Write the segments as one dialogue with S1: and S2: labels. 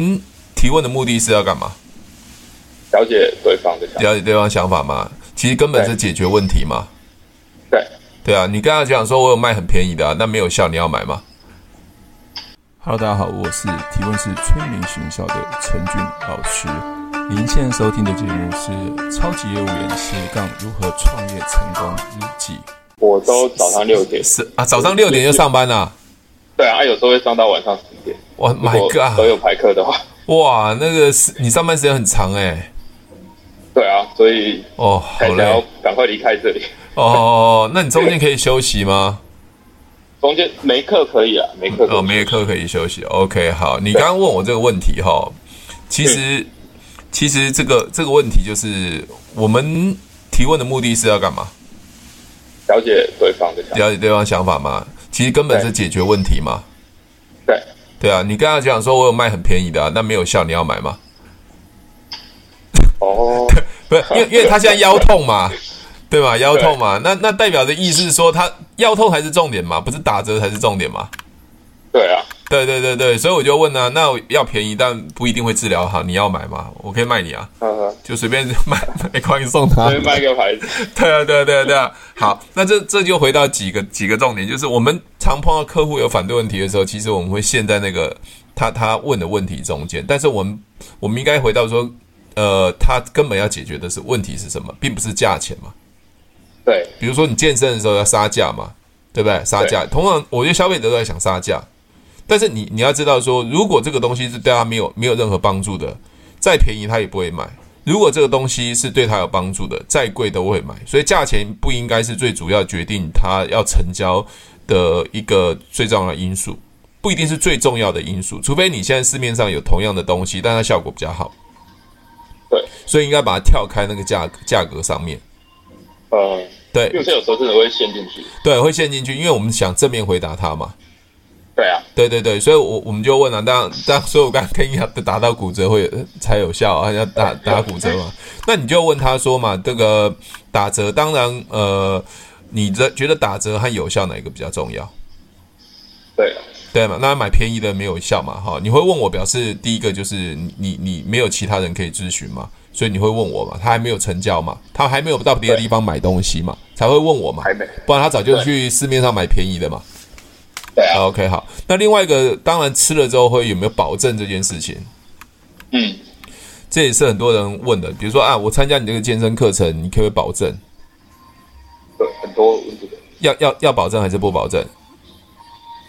S1: 嗯，提问的目的是要干嘛？
S2: 了解对方的想法。
S1: 了解对方想法嘛？其实根本是解决问题嘛。
S2: 对，
S1: 对啊，你刚才讲说我有卖很便宜的、啊，那没有效，你要买吗？Hello，大家好，我是提问是催眠学校的陈俊老师。您现在收听的节目是《超级业务员斜杠如何创业成功日记》。
S2: 我都早上六点。
S1: 是啊，早上六点就上班啦、
S2: 对啊，啊有时候会上到晚上十点。
S1: 哇
S2: 如
S1: ，My
S2: 果
S1: God！
S2: 都有排课的话，
S1: 哇，那个是你上班时间很长哎、
S2: 对啊，所以
S1: 哦，好
S2: 才想要
S1: 累
S2: 赶快离开这里。
S1: 哦。那你中间可以休息吗？
S2: 中间没课可以啊，没课可以
S1: 哦，没有课可以休息。OK，好，你刚刚问我这个问题哈，其实其实这个这个问题就是我们提问的目的是要干嘛？
S2: 了解对方的想法。
S1: 了解对方想法嘛？其实根本是解决问题嘛。
S2: 对，
S1: 对啊，你刚刚讲说我有卖很便宜的、啊，那没有效，你要买吗？
S2: 哦，
S1: 不是，因为因为他现在腰痛嘛，对吧？腰痛嘛，那那代表的意思是说他腰痛还是重点嘛，不是打折才是重点嘛？
S2: 对啊，
S1: 对对对对，所以我就问啊，那我要便宜但不一定会治疗好，你要买吗？我可以卖你啊，
S2: 嗯，
S1: 就随便买买块送他
S2: 所。以卖个牌 子。
S1: 对啊对啊对啊对啊，好，那这这就回到几个几个重点，就是我们常碰到客户有反对问题的时候，其实我们会陷在那个他他问的问题中间，但是我们我们应该回到说，呃，他根本要解决的是问题是什么，并不是价钱嘛。
S2: 对，
S1: 比如说你健身的时候要杀价嘛，对不对？杀价，通常我觉得消费者都在想杀价，但是你你要知道说，如果这个东西是对他没有没有任何帮助的，再便宜他也不会买；如果这个东西是对他有帮助的，再贵都会买。所以价钱不应该是最主要决定他要成交的一个最重要的因素，不一定是最重要的因素，除非你现在市面上有同样的东西，但它效果比较好。
S2: 对，
S1: 所以应该把它跳开那个价格价格上面。
S2: 嗯，
S1: 对
S2: 因为，有些有时候真的会陷进去。
S1: 对，会陷进去，因为我们想正面回答他嘛。
S2: 对啊，
S1: 对对对，所以我我们就问了、当然当然，所以我刚刚跟你讲的打到骨折会有才有效啊，要打打骨折嘛。那你就问他说嘛，这个打折，当然呃，你的觉得打折和有效哪一个比较重要？
S2: 对啊，
S1: 对嘛？那买便宜的没有效嘛？哈，你会问我，表示第一个就是你你你没有其他人可以咨询嘛，所以你会问我嘛？他还没有成交嘛？他还没有到别的地方买东西嘛？才会问我嘛？
S2: 还没。
S1: 不然他早就去市面上买便宜的嘛。
S2: 对啊，
S1: OK，好。那另外一个，当然吃了之后会有没有保证这件事情，
S2: 嗯，
S1: 这也是很多人问的。比如说啊，我参加你这个健身课程，你可不可以保证？
S2: 对，很多问题。
S1: 要要要保证还是不保证？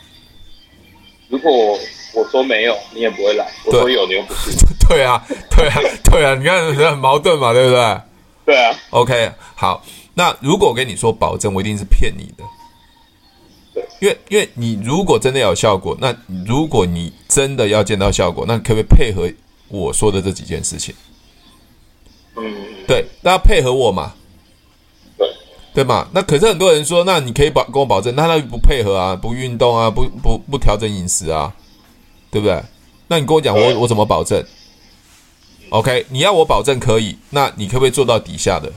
S2: 如果我说没有，你也不会来；我说
S1: 对
S2: 有，你又不去。
S1: 对啊，对啊，对啊，你看很矛盾嘛，对不对
S2: 对啊，
S1: ？OK，好。那如果我跟你说保证，我一定是骗你的。
S2: 对，
S1: 因为因为你如果真的要有效果，那如果你真的要见到效果，那可不可以配合我说的这几件事情？
S2: 嗯，
S1: 对，那配合我嘛，
S2: 对，
S1: 对嘛？那可是很多人说，那你可以保跟我保证，那他不配合啊，不运动啊，不不不调整饮食啊，对不对？那你跟我讲，
S2: 对
S1: 我我怎么保证？OK，你要我保证可以，那你可不可以做到底下的？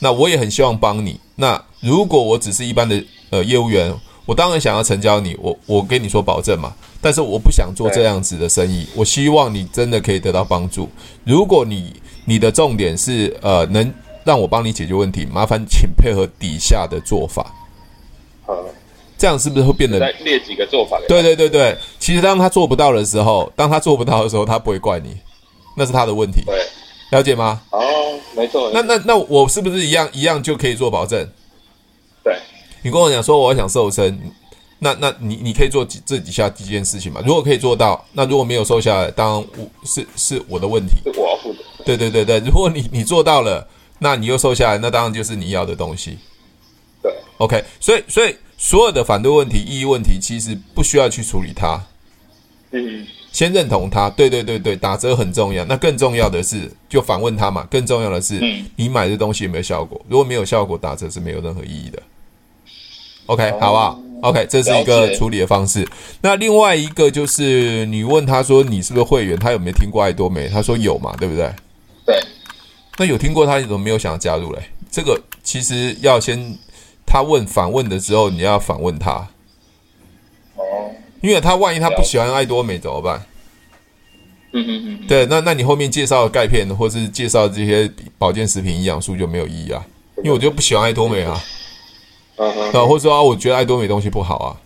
S1: 那我也很希望帮你。那如果我只是一般的呃业务员，我当然想要成交你，我我跟你说保证嘛。但是我不想做这样子的生意，我希望你真的可以得到帮助。如果你你的重点是呃能让我帮你解决问题，麻烦请配合底下的做法，
S2: 呃，
S1: 这样是不是会变得
S2: 再列几个做法给他。
S1: 对对对对，其实当他做不到的时候，当他做不到的时候，他不会怪你，那是他的问题，
S2: 对，
S1: 了解吗？
S2: 哦，没错。
S1: 那那那我是不是一样一样就可以做保证？
S2: 对
S1: 你跟我讲说我想瘦身，那那你你可以做几这几下几件事情嘛？如果可以做到，那如果没有瘦下来，当然我是是我的问题。
S2: 是我要负责。
S1: 对对对对，如果你你做到了，那你又瘦下来，那当然就是你要的东西。
S2: 对
S1: OK，所以所以所有的反对问题、异议问题，其实不需要去处理它，
S2: 嗯，
S1: 先认同它。对对对对，打折很重要。那更重要的是，就反问他嘛。更重要的是，
S2: 嗯
S1: 你买的东西有没有效果？如果没有效果，打折是没有任何意义的。OK，好不好？OK，这是一
S2: 哦了
S1: 个
S2: 解
S1: 处理的方式。那另外一个就是，你问他说你是不是会员，他有没有听过爱多美？他说有嘛，对不对？
S2: 对，
S1: 那有听过他怎么没有想要加入嘞？这个其实要先他问反问的时候，你要反问他，
S2: 哦，
S1: 因为他万一他不喜欢爱多美怎么办？
S2: 嗯嗯嗯，
S1: 对，那那你后面介绍的钙片或是介绍这些保健食品、营养素就没有意义啊，因为我就不喜欢爱多美啊，
S2: 嗯哼，
S1: 啊，或者说啊，我觉得爱多美东西不好啊。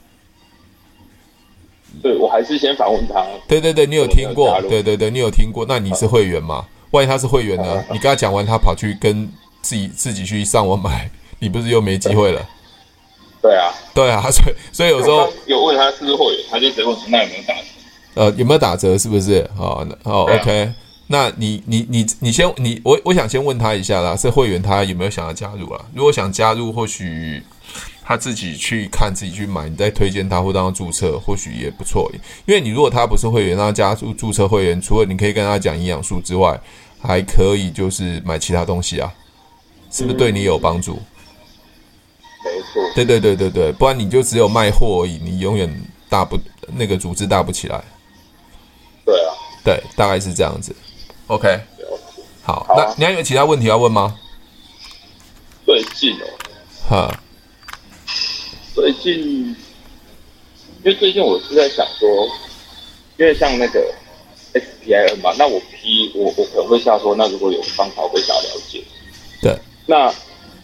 S2: 对我还是先反问他，
S1: 对对对，你有听
S2: 我没有
S1: 过
S2: 加？入
S1: 对对对，你有听过？那你是会员吗？万一他是会员
S2: 啊
S1: 呢？你跟他讲完，他跑去跟自己自己去上网买，你不是又没机会了？
S2: 对啊，
S1: 对啊，所以所以有时
S2: 我
S1: 候
S2: 刚有问他是不是会员，他就直接问那有没有打折，
S1: 呃有没有打折？是不是？哦那哦
S2: 对啊
S1: ，OK，那你你你你先你我我想先问他一下啦，这会员他有没有想要加入啊？如果想加入，或许他自己去看自己去买，你再推荐他或让他注册，或许也不错。因为你如果他不是会员，让他加入注册会员，除了你可以跟他讲营养素之外，还可以就是买其他东西啊，是不是对你有帮助？
S2: 没错，
S1: 对对对对对，不然你就只有卖货而已，你永远大不那个组织大不起来。
S2: 对啊，
S1: 对，大概是这样子。OK，
S2: 了解，
S1: 好，
S2: 好啊
S1: 那你还有其他问题要问吗？
S2: 最近哦，
S1: 哈，
S2: 最近，因为最近我是在想说，因为像那个 SPIN 嘛，那我 P 我我可能会想说，那如果有方法我会想要了解，
S1: 对，
S2: 那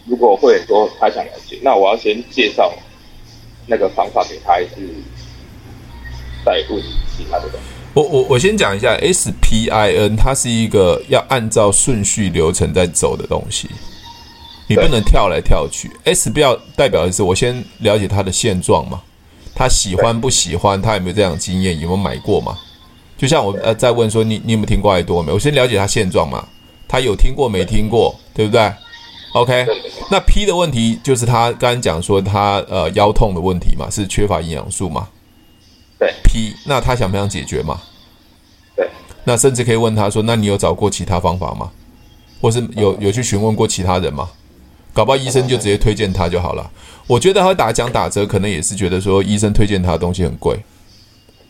S2: 如果会员说他想了解，那我要先介绍那个方法给他，还是再问其他的东西？
S1: 我我我先讲一下 SPIN，它是一个要按照顺序流程在走的东西，你不
S2: 对
S1: 能跳来跳去。S 表代表的是我先了解他的现状嘛，他喜欢不喜欢，他有没有这样的经验，有没有买过嘛？就像我呃在问说你你有没有听过爱多美，我先了解他现状嘛，他有听过没听过，对不对？OK，
S2: 对对对
S1: 那 P 的问题就是他刚刚讲说他呃腰痛的问题嘛，是缺乏营养素嘛
S2: 对
S1: ？P，那他想不想解决嘛？
S2: 对，
S1: 那甚至可以问他说：“那你有找过其他方法吗？或是有有去询问过其他人吗？”搞不好医生就直接推荐他就好了。我觉得他打讲打折，可能也是觉得说医生推荐他的东西很贵，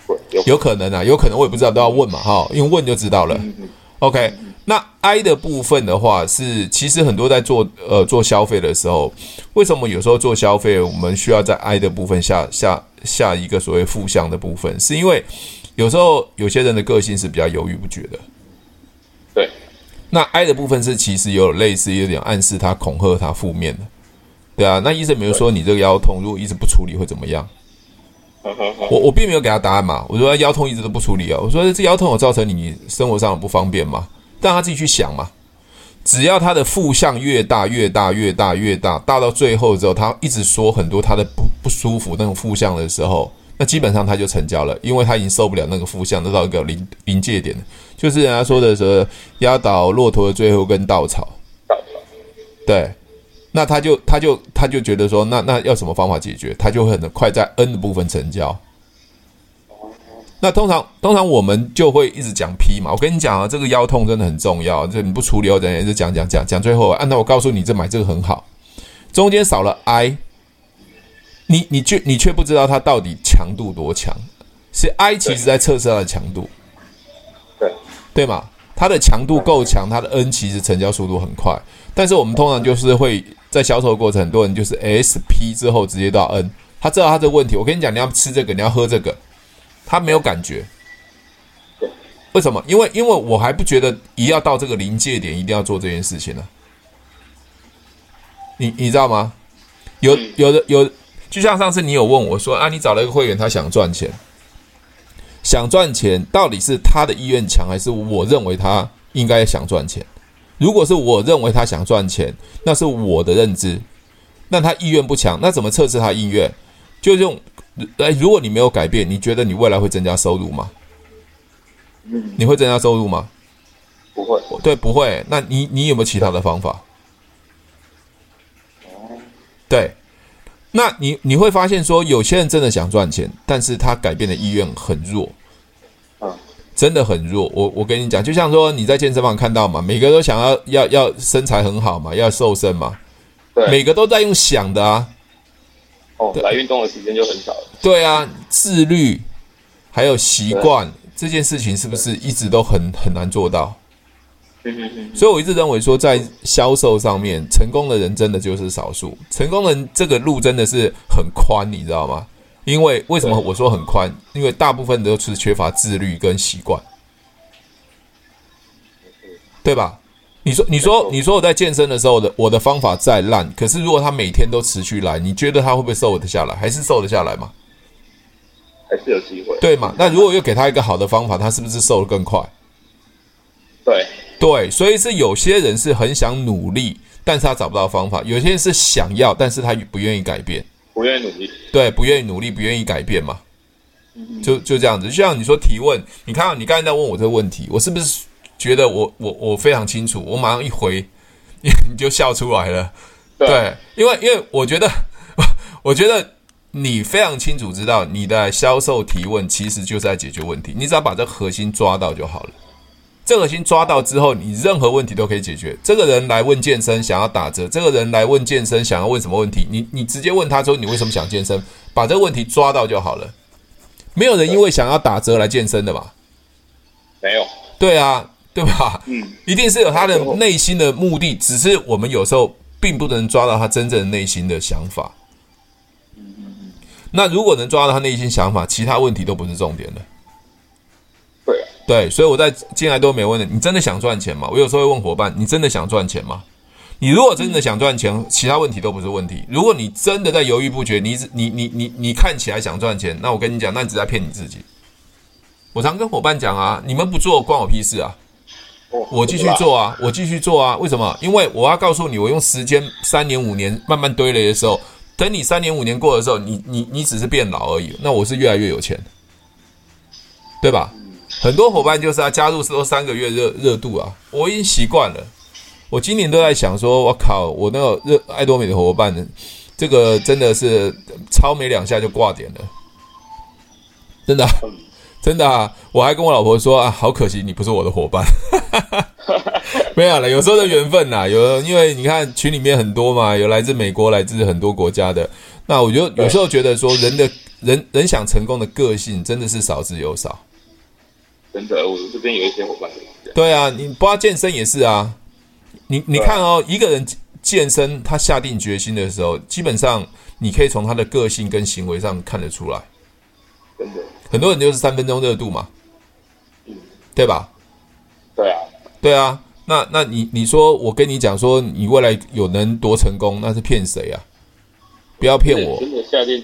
S2: 会有
S1: 有可能啊，有可能我也不知道，都要问嘛哈，因为问就知道了。
S2: 嗯嗯
S1: OK，那 I 的部分的话是，其实很多在做呃做消费的时候，为什么有时候做消费我们需要在 I 的部分下下下一个所谓负向的部分，是因为有时候有些人的个性是比较犹豫不决的。
S2: 对
S1: 那 I 的部分是其实有类似有点暗示他恐吓他负面的，对啊。那医生比如说你这个腰痛，如果一直不处理会怎么样？
S2: 嗯哼哼
S1: 我我并没有给他答案嘛，我说腰痛一直都不处理啊，我说这腰痛有造成你生活上的不方便嘛，让他自己去想嘛。只要他的负向越大越大越大越大，大到最后之后，他一直说很多他的不不舒服那种负向的时候，那基本上他就成交了，因为他已经受不了那个负向，那到一个临临界点了，就是人家说的是压倒骆驼的最后一根稻草。
S2: 到了，
S1: 对，那他就他就他就觉得说，那那要什么方法解决？他就会很快在 N 的部分成交。那通常通常我们就会一直讲 P 嘛，我跟你讲啊，这个腰痛真的很重要，这你不处理后，人家一直讲讲讲讲，最后啊，那我告诉你，这买这个很好，中间少了 I，你你却你却不知道它到底强度多强，是 I 其实在测试它的强度，
S2: 对
S1: 对吗？它的强度够强，它的 N 其实成交速度很快，但是我们通常就是会在销售过程，很多人就是 SP 之后直接到 N，他知道他这个问题。我跟你讲，你要吃这个，你要喝这个，他没有感觉
S2: 对。
S1: 为什么？因为因为我还不觉得一要到这个临界点，一定要做这件事情呢、你你知道吗？有
S2: 嗯
S1: 有的有，就像上次你有问我说啊，你找了一个会员，他想赚钱，想赚钱到底是他的意愿强，还是我认为他应该想赚钱？如果是我认为他想赚钱，那是我的认知，那他意愿不强，那怎么测试他意愿？就用，哎，如果你没有改变，你觉得你未来会增加收入吗？
S2: 嗯，
S1: 你会增加收入吗？
S2: 不会，
S1: 对，不会。那你你有没有其他的方法？对，那你你会发现说，有些人真的想赚钱，但是他改变的意愿很弱，
S2: 嗯，
S1: 真的很弱。我我跟你讲，就像说你在健身房看到嘛，每个都想要要要身材很好嘛，要瘦身嘛，
S2: 对，
S1: 每个都在用想的啊，
S2: 哦，来运动的时间就很少了，
S1: 对啊，自律还有习惯这件事情，是不是一直都很很难做到？
S2: 嗯嗯嗯，
S1: 所以我一直认为说，在销售上面，成功的人真的就是少数。成功人这个路真的是很宽，你知道吗？因为为什么我说很宽？因为大部分都是缺乏自律跟习惯。对吧？你说，你说，你说我在健身的时候的我的方法再烂，可是如果他每天都持续来，你觉得他会不会瘦得下来？还是瘦得下来嘛？
S2: 还是有机会。
S1: 对嘛？那如果又给他一个好的方法，他是不是瘦得更快？
S2: 对
S1: 对，所以是有些人是很想努力，但是他找不到方法；有些人是想要，但是他不愿意改变。
S2: 不愿意努力。
S1: 对，不愿意努力，不愿意改变嘛，就就这样子。就像你说提问，你看啊你刚才在问我这个问题，我是不是觉得我我我非常清楚？我马上一回，你你就笑出来了。
S2: 对
S1: 对，因为因为我觉得， 我觉得你非常清楚知道你的销售提问其实就是在解决问题，你只要把这核心抓到就好了。这核心抓到之后，你任何问题都可以解决。这个人来问健身，想要打折；这个人来问健身，想要问什么问题？你你直接问他说你为什么想健身，把这个问题抓到就好了。没有人因为想要打折来健身的吧？
S2: 没有。
S1: 对啊，对吧？
S2: 嗯，
S1: 一定是有他的内心的目的，只是我们有时候并不能抓到他真正内心的想法。那如果能抓到他内心想法，其他问题都不是重点了。
S2: 对啊，
S1: 对，所以我在进来都没有问的，你真的想赚钱吗？我有时候会问伙伴，你真的想赚钱吗？你如果真的想赚钱，其他问题都不是问题。如果你真的在犹豫不决，你一直你你你你看起来想赚钱，那我跟你讲，那你只在骗你自己。我常跟伙伴讲啊，你们不做关我屁事啊，
S2: 我
S1: 我继续。做啊，我继续做啊。为什么？因为我要告诉你，我用时间三年五年慢慢堆垒的时候，等你三年五年过的时候，你你你只是变老而已。那我是越来越有钱，对吧？很多伙伴就是啊，加入是都三个月热热度啊，我已经习惯了。我今年都在想说，我靠，我那个热爱多美的伙伴，这个真的是超没两下就挂点了，真的啊、
S2: 嗯
S1: 真的啊！我还跟我老婆说啊，好可惜你不是我的伙伴。没有了，有时候的缘分呐，有因为你看群里面很多嘛，有来自美国、来自很多国家的。那我就有时候觉得说，人的人人想成功的个性真的是少之又少。
S2: 真的，我这边有一些伙伴也是这样。
S1: 对啊，你包括健身也是啊。你你看哦，一个人健身，他下定决心的时候，基本上你可以从他的个性跟行为上看得出来。
S2: 真的，
S1: 很多人就是三分钟热度嘛，对吧？
S2: 对啊，
S1: 对啊，那那你你说我跟你讲说你未来有能多成功，那是骗谁啊？不要骗我。
S2: 真的下定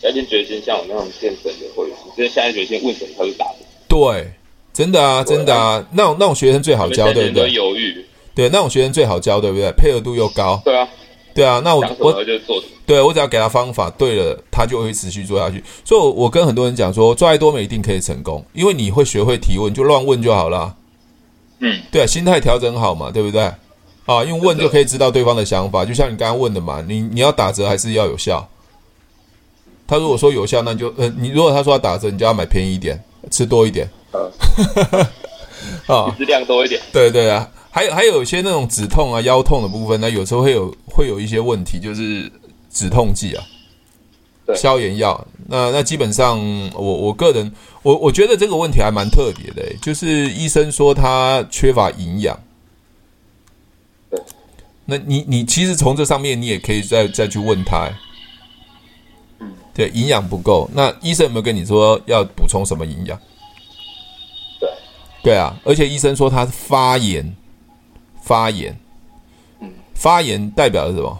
S2: 下定决心，像我那种健身的会员，你真的下定决心问什么他就答什么，
S1: 对，真的啊，
S2: 对啊
S1: 真的啊，那种那种学生最好
S2: 每
S1: 教，
S2: 三
S1: 对不
S2: 年都
S1: 对？
S2: 犹豫。
S1: 对，那种学生最好教，对不对？配合度又高，
S2: 对啊，
S1: 对啊。那我
S2: 想什
S1: 我
S2: 么就做什么。
S1: 对我只要给他方法，对了，他就会持续做下去。所以我，我跟很多人讲说，做爱多美一定可以成功，因为你会学会提问，就乱问就好了。啊
S2: 嗯，
S1: 对、心态调整好嘛，对不对？啊，用问
S2: 是
S1: 就
S2: 的
S1: 可以知道对方的想法，就像你刚刚问的嘛，你你要打折还是要有效？他如果说有效，那你就呃，你如果他说要打折，你就要买便宜一点，吃多一点
S2: 呃，
S1: 啊。
S2: 质量多一点。
S1: 对对啊，还有还有一些那种止痛啊、腰痛的部分，那有时候会有会有一些问题，就是止痛剂啊，
S2: 对
S1: 消炎药。那那基本上，我我个人我我觉得这个问题还蛮特别的、欸就是医生说他缺乏营养
S2: 对。
S1: 那你你其实从这上面你也可以再再去问他、欸
S2: 嗯，
S1: 对，营养不够。那医生有没有跟你说要补充什么营养？
S2: 对，
S1: 对啊，而且医生说他是发炎，发炎，
S2: 嗯
S1: 发炎代表的是什么？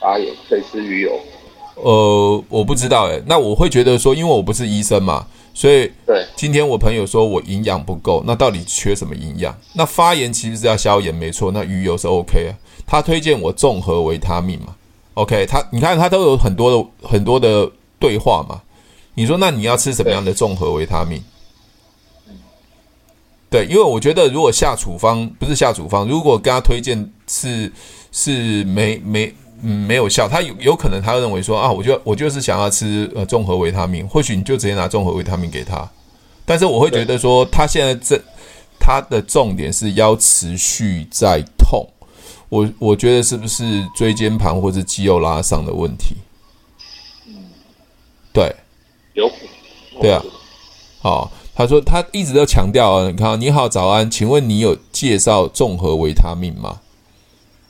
S2: 发炎可以吃鱼油。
S1: 呃，我不知道诶、那我会觉得说，因为我不是医生嘛，所以
S2: 对，
S1: 今天我朋友说我营养不够，那到底缺什么营养？那发炎其实是要消炎，没错。那鱼油是 OK 啊，他推荐我综合维他命嘛，OK 他。你看他都有很多的很多的对话嘛。你说那你要吃什么样的综合维他命？对，因为我觉得如果下处方不是下处方，如果跟他推荐是是没没。嗯，没有效。他有有可能，他认为说啊，我就我就是想要吃呃综合维他命，或许你就直接拿综合维他命给他。但是我会觉得说，他现在这他的重点是腰持续在痛，我我觉得是不是椎间盘或是肌肉拉伤的问题？对，
S2: 有谱。
S1: 对啊哦，他说他一直都强调啊，你看，你好，早安，请问你有介绍综合维他命吗？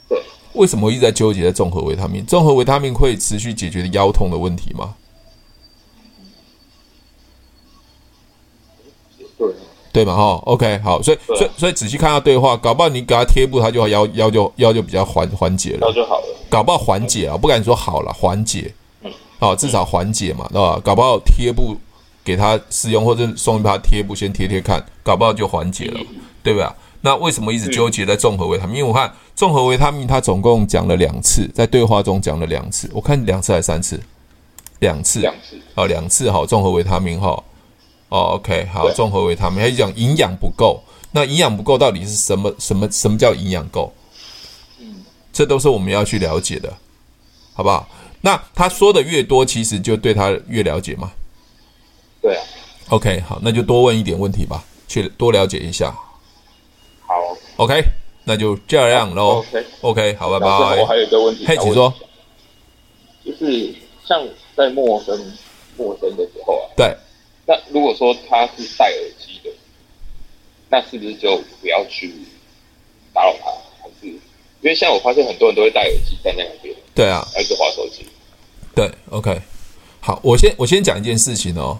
S2: 对，
S1: 为什么我一直在纠结在综合维他命？综合维他命会持续解决腰痛的问题吗？
S2: 对，
S1: 对嘛？哈，OK，好，所以
S2: 对啊
S1: 所以所以仔细看他对话，搞不好你给他贴布，他就腰腰就腰就比较缓缓解
S2: 那
S1: 了，
S2: 就好了。
S1: 搞不好缓解啊，不敢说好了，缓解
S2: 嗯，
S1: 好，至少缓解嘛，对吧？搞不好贴布给他试用，或者送一把贴布先贴贴看，搞不好就缓解了，对吧？那为什么一直纠结在综合维他命？因为我看综合维他命，他总共讲了两次，在对话中讲了两次，我看两次还是三次？两次，
S2: 两次，
S1: 哦，两次好，综合维他命哈。哦，OK，好，
S2: 对
S1: 综合维他命，还讲营养不够。那营养不够到底是什么？什么什么叫营养够？这都是我们要去了解的，好不好？那他说的越多，其实就对他越了解嘛。
S2: 对啊，
S1: OK，好，那就多问一点问题吧，去多了解一下。
S2: 好
S1: OK，那就这样喽。
S2: ，OK。
S1: OK，好，拜
S2: 然后最后我
S1: 拜。
S2: 还有一个问题，
S1: 嘿请说，
S2: 就是像在陌生陌生的时候啊，
S1: 对，
S2: 那如果说他是戴耳机的，那是不是就不要去打扰他？还是因为像我发现很多人都会戴耳机站在那边，
S1: 对啊。
S2: 然后一直划手机。
S1: 对，OK，好，我先我先讲一件事情哦。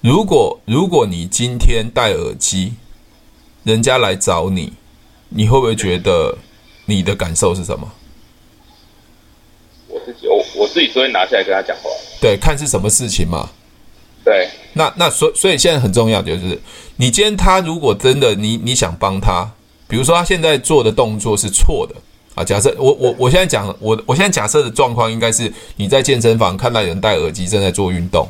S1: 如果如果你今天戴耳机，人家来找你，你会不会觉得你的感受是什么？
S2: 我自己，我我自己是会拿下来跟他讲话。
S1: 对，看是什么事情嘛。
S2: 对，
S1: 那那所所以现在很重要就是，你今天他如果真的你你想帮他，比如说他现在做的动作是错的啊，假设我我我现在讲我我现在假设的状况应该是你在健身房看到有人戴耳机正在做运动，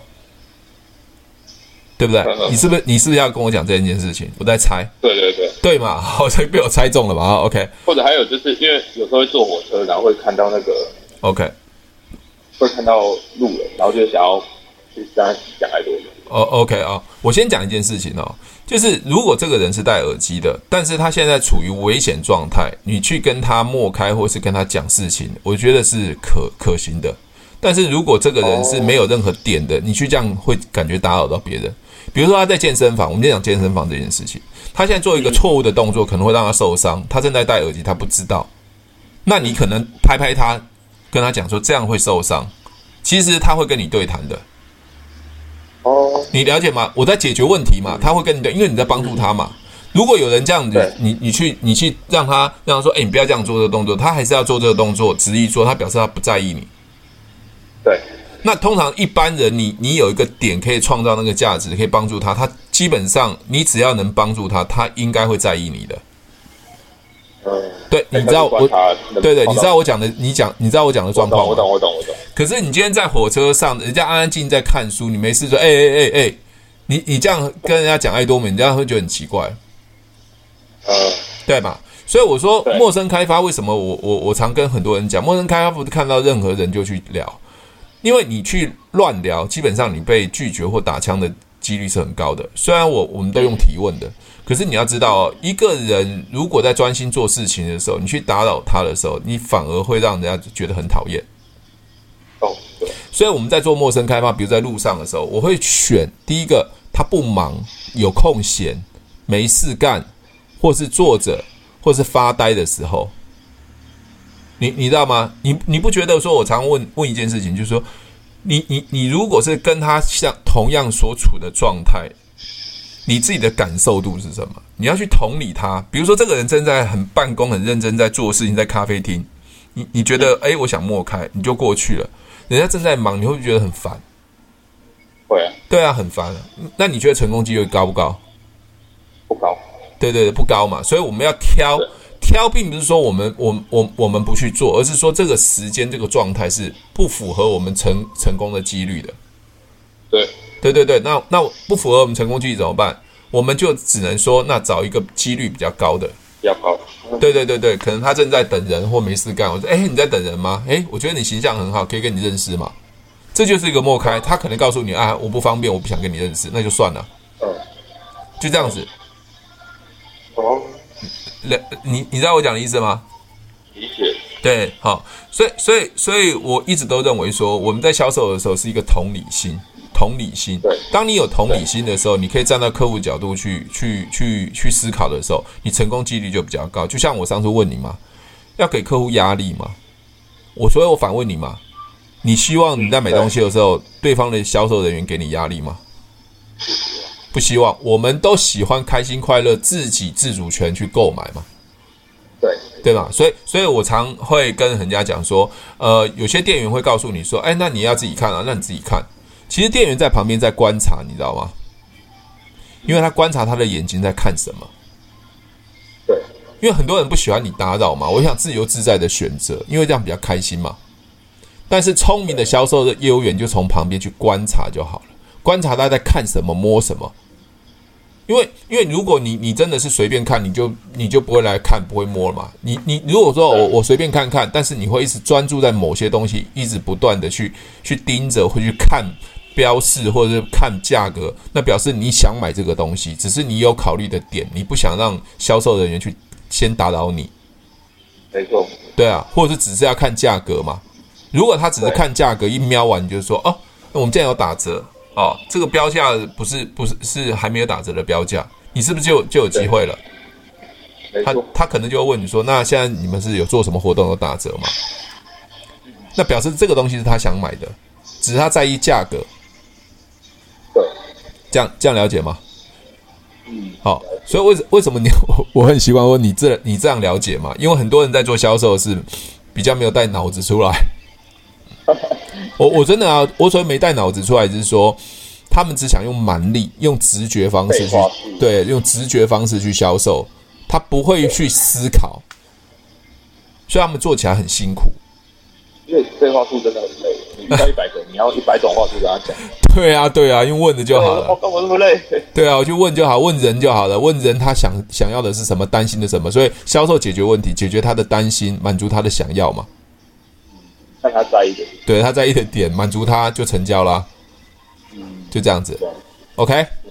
S1: 对不对
S2: 嗯？嗯
S1: 你是不是你是不是要跟我讲这一件事情？我在猜，
S2: 对对对，
S1: 对嘛？ 好，所以被我猜中了吧？OK
S2: 或者还有就是因为有时候会坐火车，然后会看到那个
S1: OK
S2: 会看到路人，然后就想要去跟他讲太多人。
S1: 哦 OK 啊、我先讲一件事情哦，就是如果这个人是戴耳机的，但是他现在处于危险状态，你去跟他默开或是跟他讲事情，我觉得是可可行的。但是如果这个人是没有任何点的，你去这样会感觉打扰到别人。比如说他在健身房，我们就讲健身房这件事情，他现在做一个错误的动作，可能会让他受伤。他正在戴耳机，他不知道。那你可能拍拍他，跟他讲说这样会受伤，其实他会跟你对谈的。
S2: 哦，
S1: 你了解吗？我在解决问题嘛，他会跟你对，因为你在帮助他嘛。如果有人这样子
S2: 嗯对，
S1: 你你去你去让他让他说，哎、你不要这样做这个动作，他还是要做这个动作，执意做，他表示他不在意你。
S2: 对，
S1: 那通常一般人你，你有一个点可以创造那个价值，可以帮助他，他基本上你只要能帮助他，他应该会在意你的。
S2: 嗯，
S1: 对，你知道
S2: 再看
S1: 我
S2: 观，察能不能
S1: 对对，你知道
S2: 我
S1: 我讲的，你讲你知道我讲的状
S2: 懂，
S1: 况
S2: 我
S1: 吗？
S2: 懂，我懂，我懂。
S1: 可是你今天在火车上，人家安安静静在看书，你没事说，哎哎哎哎，你你这样跟人家讲爱多美，人家会觉得很奇怪。
S2: 嗯，
S1: 对吧？所以我说
S2: 对
S1: 陌生开发为什么我我我常跟很多人讲，陌生开发不是看到任何人就去聊，因为你去乱聊，基本上你被拒绝或打枪的几率是很高的。虽然我我们都用提问的，可是你要知道哦，一个人如果在专心做事情的时候，你去打扰他的时候，你反而会让人家觉得很讨厌。
S2: 懂，对，
S1: 所以我们在做陌生开发，比如在路上的时候，我会选第一个他不忙、有空闲、没事干，或是坐着，或是发呆的时候。你你知道吗？你你不觉得说我常问问一件事情，就是说，你你你如果是跟他像同样所处的状态，你自己的感受度是什么？你要去同理他。比如说，这个人正在很办公、很认真在做事情，在咖啡厅，你你觉得哎，我想默开，你就过去了。人家正在忙，你会不会觉得很烦？
S2: 会啊，
S1: 对啊，很烦、啊。那你觉得成功几率高不高？
S2: 不高，
S1: 对对对，不高嘛。所以我们要挑
S2: 对
S1: 挑，并不是说我们我我我们不去做，而是说这个时间这个状态是不符合我们成成功的几率的。
S2: 对，
S1: 对对对，那那不符合我们成功几率怎么办？我们就只能说，那找一个几率比较高的。
S2: 比较高，嗯
S1: 对对对对，可能他正在等人或没事干。我说，哎，你在等人吗？哎，我觉得你形象很好，可以跟你认识嘛。这就是一个默开，他可能告诉你啊，我不方便，我不想跟你认识，那就算了，
S2: 嗯，
S1: 就这样子。
S2: 哦，
S1: 了你你知道我讲的意思吗？
S2: 理解，
S1: 对，好，所以所以所以我一直都认为说，我们在销售的时候是一个同理心，同理心
S2: 对。
S1: 当你有同理心的时候，你可以站在客户角度去去去去思考的时候，你成功几率就比较高。就像我上次问你嘛，要给客户压力嘛，我所以我反问你嘛，你希望你在买东西的时候，对方的销售人员给你压力吗？不希望，我们都喜欢开心快乐，自己自主权去购买嘛，
S2: 对，
S1: 对吧？所以，所以我常会跟人家讲说，呃，有些店员会告诉你说，哎，那你要自己看啊，那你自己看。其实店员在旁边在观察，你知道吗？因为他观察他的眼睛在看什么。
S2: 对，
S1: 因为很多人不喜欢你打扰嘛，我想自由自在的选择，因为这样比较开心嘛。但是聪明的销售的业务员就从旁边去观察就好了，观察他在看什么、摸什么。因为因为如果你你真的是随便看，你就你就不会来看，不会摸了嘛。你你如果说我我随便看看，但是你会一直专注在某些东西，一直不断的去去盯着，会去看标示或者是看价格，那表示你想买这个东西，只是你有考虑的点，你不想让销售人员去先打扰你，
S2: 没错，
S1: 对啊，或者是只是要看价格嘛。如果他只是看价格，一瞄完你就说哦，那我们现在有打折哦，这个标价不是不是是还没有打折的标价，你是不是就就有机会了？
S2: 没
S1: 他
S2: 错，
S1: 他可能就会问你说，那现在你们是有做什么活动有打折吗？那表示这个东西是他想买的，只是他在意价格，
S2: 对，
S1: 这样这样了解吗？
S2: 嗯，
S1: 好，所以为什为什么你 我我很喜欢问你这你这样了解嘛？因为很多人在做销售是比较没有带脑子出来。我我真的啊，我所谓没带脑子出来，就是说他们只想用蛮力、用直觉方式去
S2: 废话术
S1: 对，用直觉方式去销售，他不会去思考，所以他们做起来很辛苦。
S2: 因为对话术真的很累，你遇到一百个，你要一百种话术跟他讲，
S1: 对啊，对啊，用问的就好了
S2: 我。干嘛那么累？
S1: 对啊，我去问就好，问人就好了，问人他想想要的是什么，担心的什么，所以销售解决问题，解决他的担心，满足他的想要嘛。
S2: 看他在意的，
S1: 对他在意的点，满足他就成交啦，
S2: 嗯，
S1: 就这样子
S2: 对。
S1: OK，
S2: 嗯